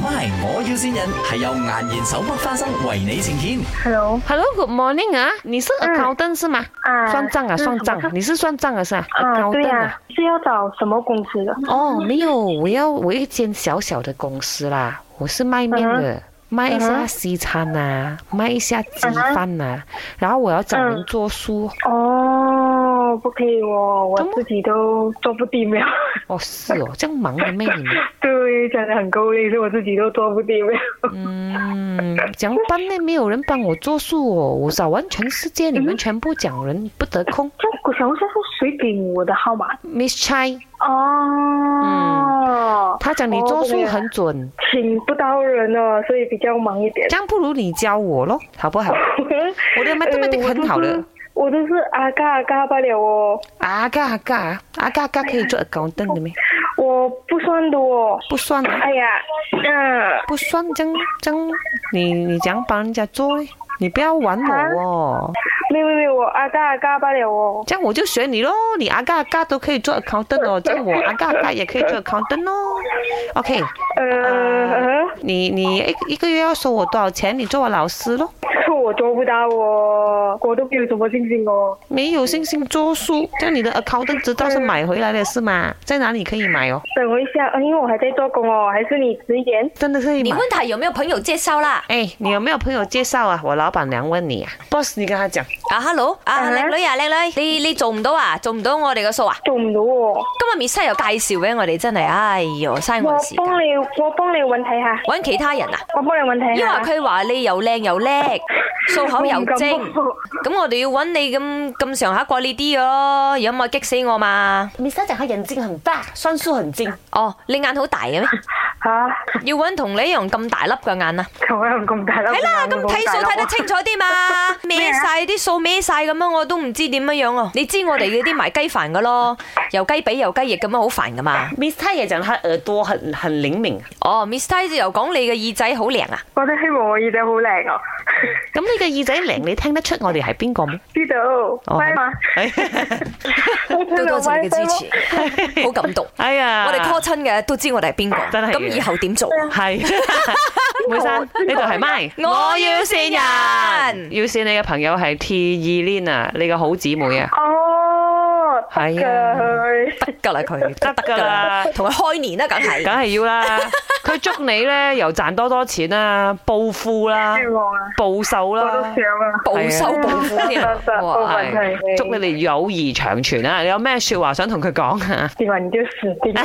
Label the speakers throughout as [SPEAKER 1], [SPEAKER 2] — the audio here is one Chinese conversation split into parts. [SPEAKER 1] MY，我要先人係由顏然手剝花生為你呈現。
[SPEAKER 2] Hello，
[SPEAKER 3] Hello，Good morning 啊，你是
[SPEAKER 2] 嗯
[SPEAKER 3] accountant 是吗？
[SPEAKER 2] 啊，
[SPEAKER 3] 算账啊，
[SPEAKER 2] 是
[SPEAKER 3] 算
[SPEAKER 2] 什
[SPEAKER 3] 账，
[SPEAKER 2] 么
[SPEAKER 3] 你是算账啊是啊
[SPEAKER 2] 啊，对
[SPEAKER 3] ？accountant
[SPEAKER 2] 呀嗯
[SPEAKER 3] 啊。、
[SPEAKER 2] 是要找什么公司的？
[SPEAKER 3] 哦，没有，我要我一间小小的公司啦，我是卖面的。卖一
[SPEAKER 2] 嗯
[SPEAKER 3] 下
[SPEAKER 2] 哼
[SPEAKER 3] 西餐呐、卖一下鸡
[SPEAKER 2] 嗯哼
[SPEAKER 3] 饭呐、啊然后我要找人
[SPEAKER 2] 嗯
[SPEAKER 3] 做书。
[SPEAKER 2] 哦，不可以哦，我
[SPEAKER 3] 怎么
[SPEAKER 2] 自己都做不定了。
[SPEAKER 3] 哦，是哦，这样忙的妹你们，
[SPEAKER 2] 对，真的很够力，是我自己都做不定了。
[SPEAKER 3] 嗯，讲班内没有人帮我做数哦，我找完全世界你
[SPEAKER 2] 嗯
[SPEAKER 3] 们全部讲人不得空。
[SPEAKER 2] 这我想问一下，是谁给我的号码？
[SPEAKER 3] Miss Chai，
[SPEAKER 2] 哦，
[SPEAKER 3] 她讲你做
[SPEAKER 2] 哦
[SPEAKER 3] 数
[SPEAKER 2] 对啊
[SPEAKER 3] 很准，
[SPEAKER 2] 请不到人哦，所以比较忙一点。
[SPEAKER 3] 这样不如你教我咯，好不好？我的 mathematics 很好的。
[SPEAKER 2] 我都是阿嘎阿嘎罢了哦，
[SPEAKER 3] 啊嘎啊嘎啊啊嘎嘎可以做 accountant 的咩？
[SPEAKER 2] 我不算多、哦。
[SPEAKER 3] 不算啊，
[SPEAKER 2] 哎呀，嗯。
[SPEAKER 3] 不算，这样这样，你你怎样帮人家做呢？你不要玩我哦，
[SPEAKER 2] 没有没有，我阿嘎阿嘎罢了哦。
[SPEAKER 3] 这样我就选你咯。你啊嘎啊嘎都可以做 accountant 哦，这样我啊嘎啊嘎也可以做 accountant 哦。OK，
[SPEAKER 2] 呃，
[SPEAKER 3] 你你一一个月要收我多少钱？你做我老师咯。
[SPEAKER 2] 我做不到哦，我都没有什么信心哦。
[SPEAKER 3] 没有信心做数，这样你的 accountant 执照是买回来的是吗？在哪里可以买哦？
[SPEAKER 2] 等我一下，呃因为我还在做工哦，还是你指一点。
[SPEAKER 3] 真的可以
[SPEAKER 4] 你
[SPEAKER 3] 买？
[SPEAKER 4] 问他有没有朋友介绍啦？
[SPEAKER 3] 哎，你有没有朋友介绍啊？我老板娘问你啊，boss，你跟他讲。
[SPEAKER 4] 啊，hello，啊，
[SPEAKER 2] 嗯
[SPEAKER 4] 靓女啊，靓女，你你做唔到啊？做唔到我哋嘅數啊？
[SPEAKER 2] 做唔到哦，
[SPEAKER 4] 今日 Miss 又介紹俾我哋，真係，哎哟，嘥我
[SPEAKER 2] 我
[SPEAKER 4] 嘅時間。
[SPEAKER 2] 幫你，我幫你揾睇下，
[SPEAKER 4] 揾其他人啊，
[SPEAKER 2] 我幫你揾睇
[SPEAKER 4] 因為
[SPEAKER 2] 下。
[SPEAKER 4] 佢話你又靚 又叻，數口又精，
[SPEAKER 2] 我唔敢幫
[SPEAKER 4] 咁我哋要揾你咁咁上下過呢啲咯，有冇激死我嘛？
[SPEAKER 3] Mr 讲他眼睛很大，算术很精。
[SPEAKER 4] 哦，你眼好大嘅 咩？
[SPEAKER 2] 吓，
[SPEAKER 4] 要揾同你一樣咁大粒嘅眼啊！
[SPEAKER 2] 同我有咁大粒。
[SPEAKER 4] 係啦，咁睇數睇得清楚啲嘛，
[SPEAKER 2] 咩
[SPEAKER 4] 孭
[SPEAKER 2] 啊
[SPEAKER 4] 晒啲數孭晒咁樣，我都唔知點樣樣啊！你知我哋嗰啲賣雞飯嘅咯，又雞髀又雞翼咁樣好煩噶嘛。
[SPEAKER 3] Mr 也讲他耳朵很很灵敏。
[SPEAKER 4] 哦，Miss Tai 又講你嘅耳仔好靚啊！
[SPEAKER 2] 我都希望我耳仔好靚哦。
[SPEAKER 3] 咁你嘅耳仔靈，你聽得出我哋係邊個 冇？
[SPEAKER 2] 知道，
[SPEAKER 3] 哦
[SPEAKER 2] 拜嘛。
[SPEAKER 4] 多
[SPEAKER 2] 多
[SPEAKER 4] 多謝你嘅支 持，好感動。
[SPEAKER 3] 哎呀，
[SPEAKER 4] 我哋 call 親嘅都知我哋係邊個，
[SPEAKER 3] 真係嘅
[SPEAKER 4] 咁以後點做？
[SPEAKER 3] 係 梅生呢度係咪？
[SPEAKER 4] 我要線人
[SPEAKER 3] 要線你嘅朋友係 T 二 Lin 啊，你嘅好姊妹啊，
[SPEAKER 2] 哦，得
[SPEAKER 3] 係啊
[SPEAKER 2] 㗎
[SPEAKER 4] 得㗎啦佢，
[SPEAKER 3] 得㗎啦
[SPEAKER 4] 同佢開年啦，梗
[SPEAKER 3] 梗
[SPEAKER 4] 係。
[SPEAKER 3] 係要啊 啦。佢祝你咧又賺多多錢啦，暴富啦，
[SPEAKER 2] 希望啊，
[SPEAKER 3] 暴瘦
[SPEAKER 2] 我都
[SPEAKER 3] 啦。
[SPEAKER 2] 想啊。
[SPEAKER 4] 暴收暴富添啊，
[SPEAKER 2] 得冇
[SPEAKER 4] 哇！
[SPEAKER 2] 問題
[SPEAKER 3] 祝你哋友誼長存啊！你有咩説話想同佢講啊？
[SPEAKER 2] 今晚你就死定 了。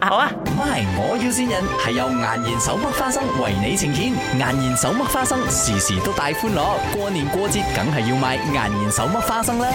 [SPEAKER 3] 好啊！
[SPEAKER 1] MY，我要先人係由顏然手剝花生為你呈現。顏然手剝花生時時都帶歡樂，過年過節梗係要買顏然手剝花生啦。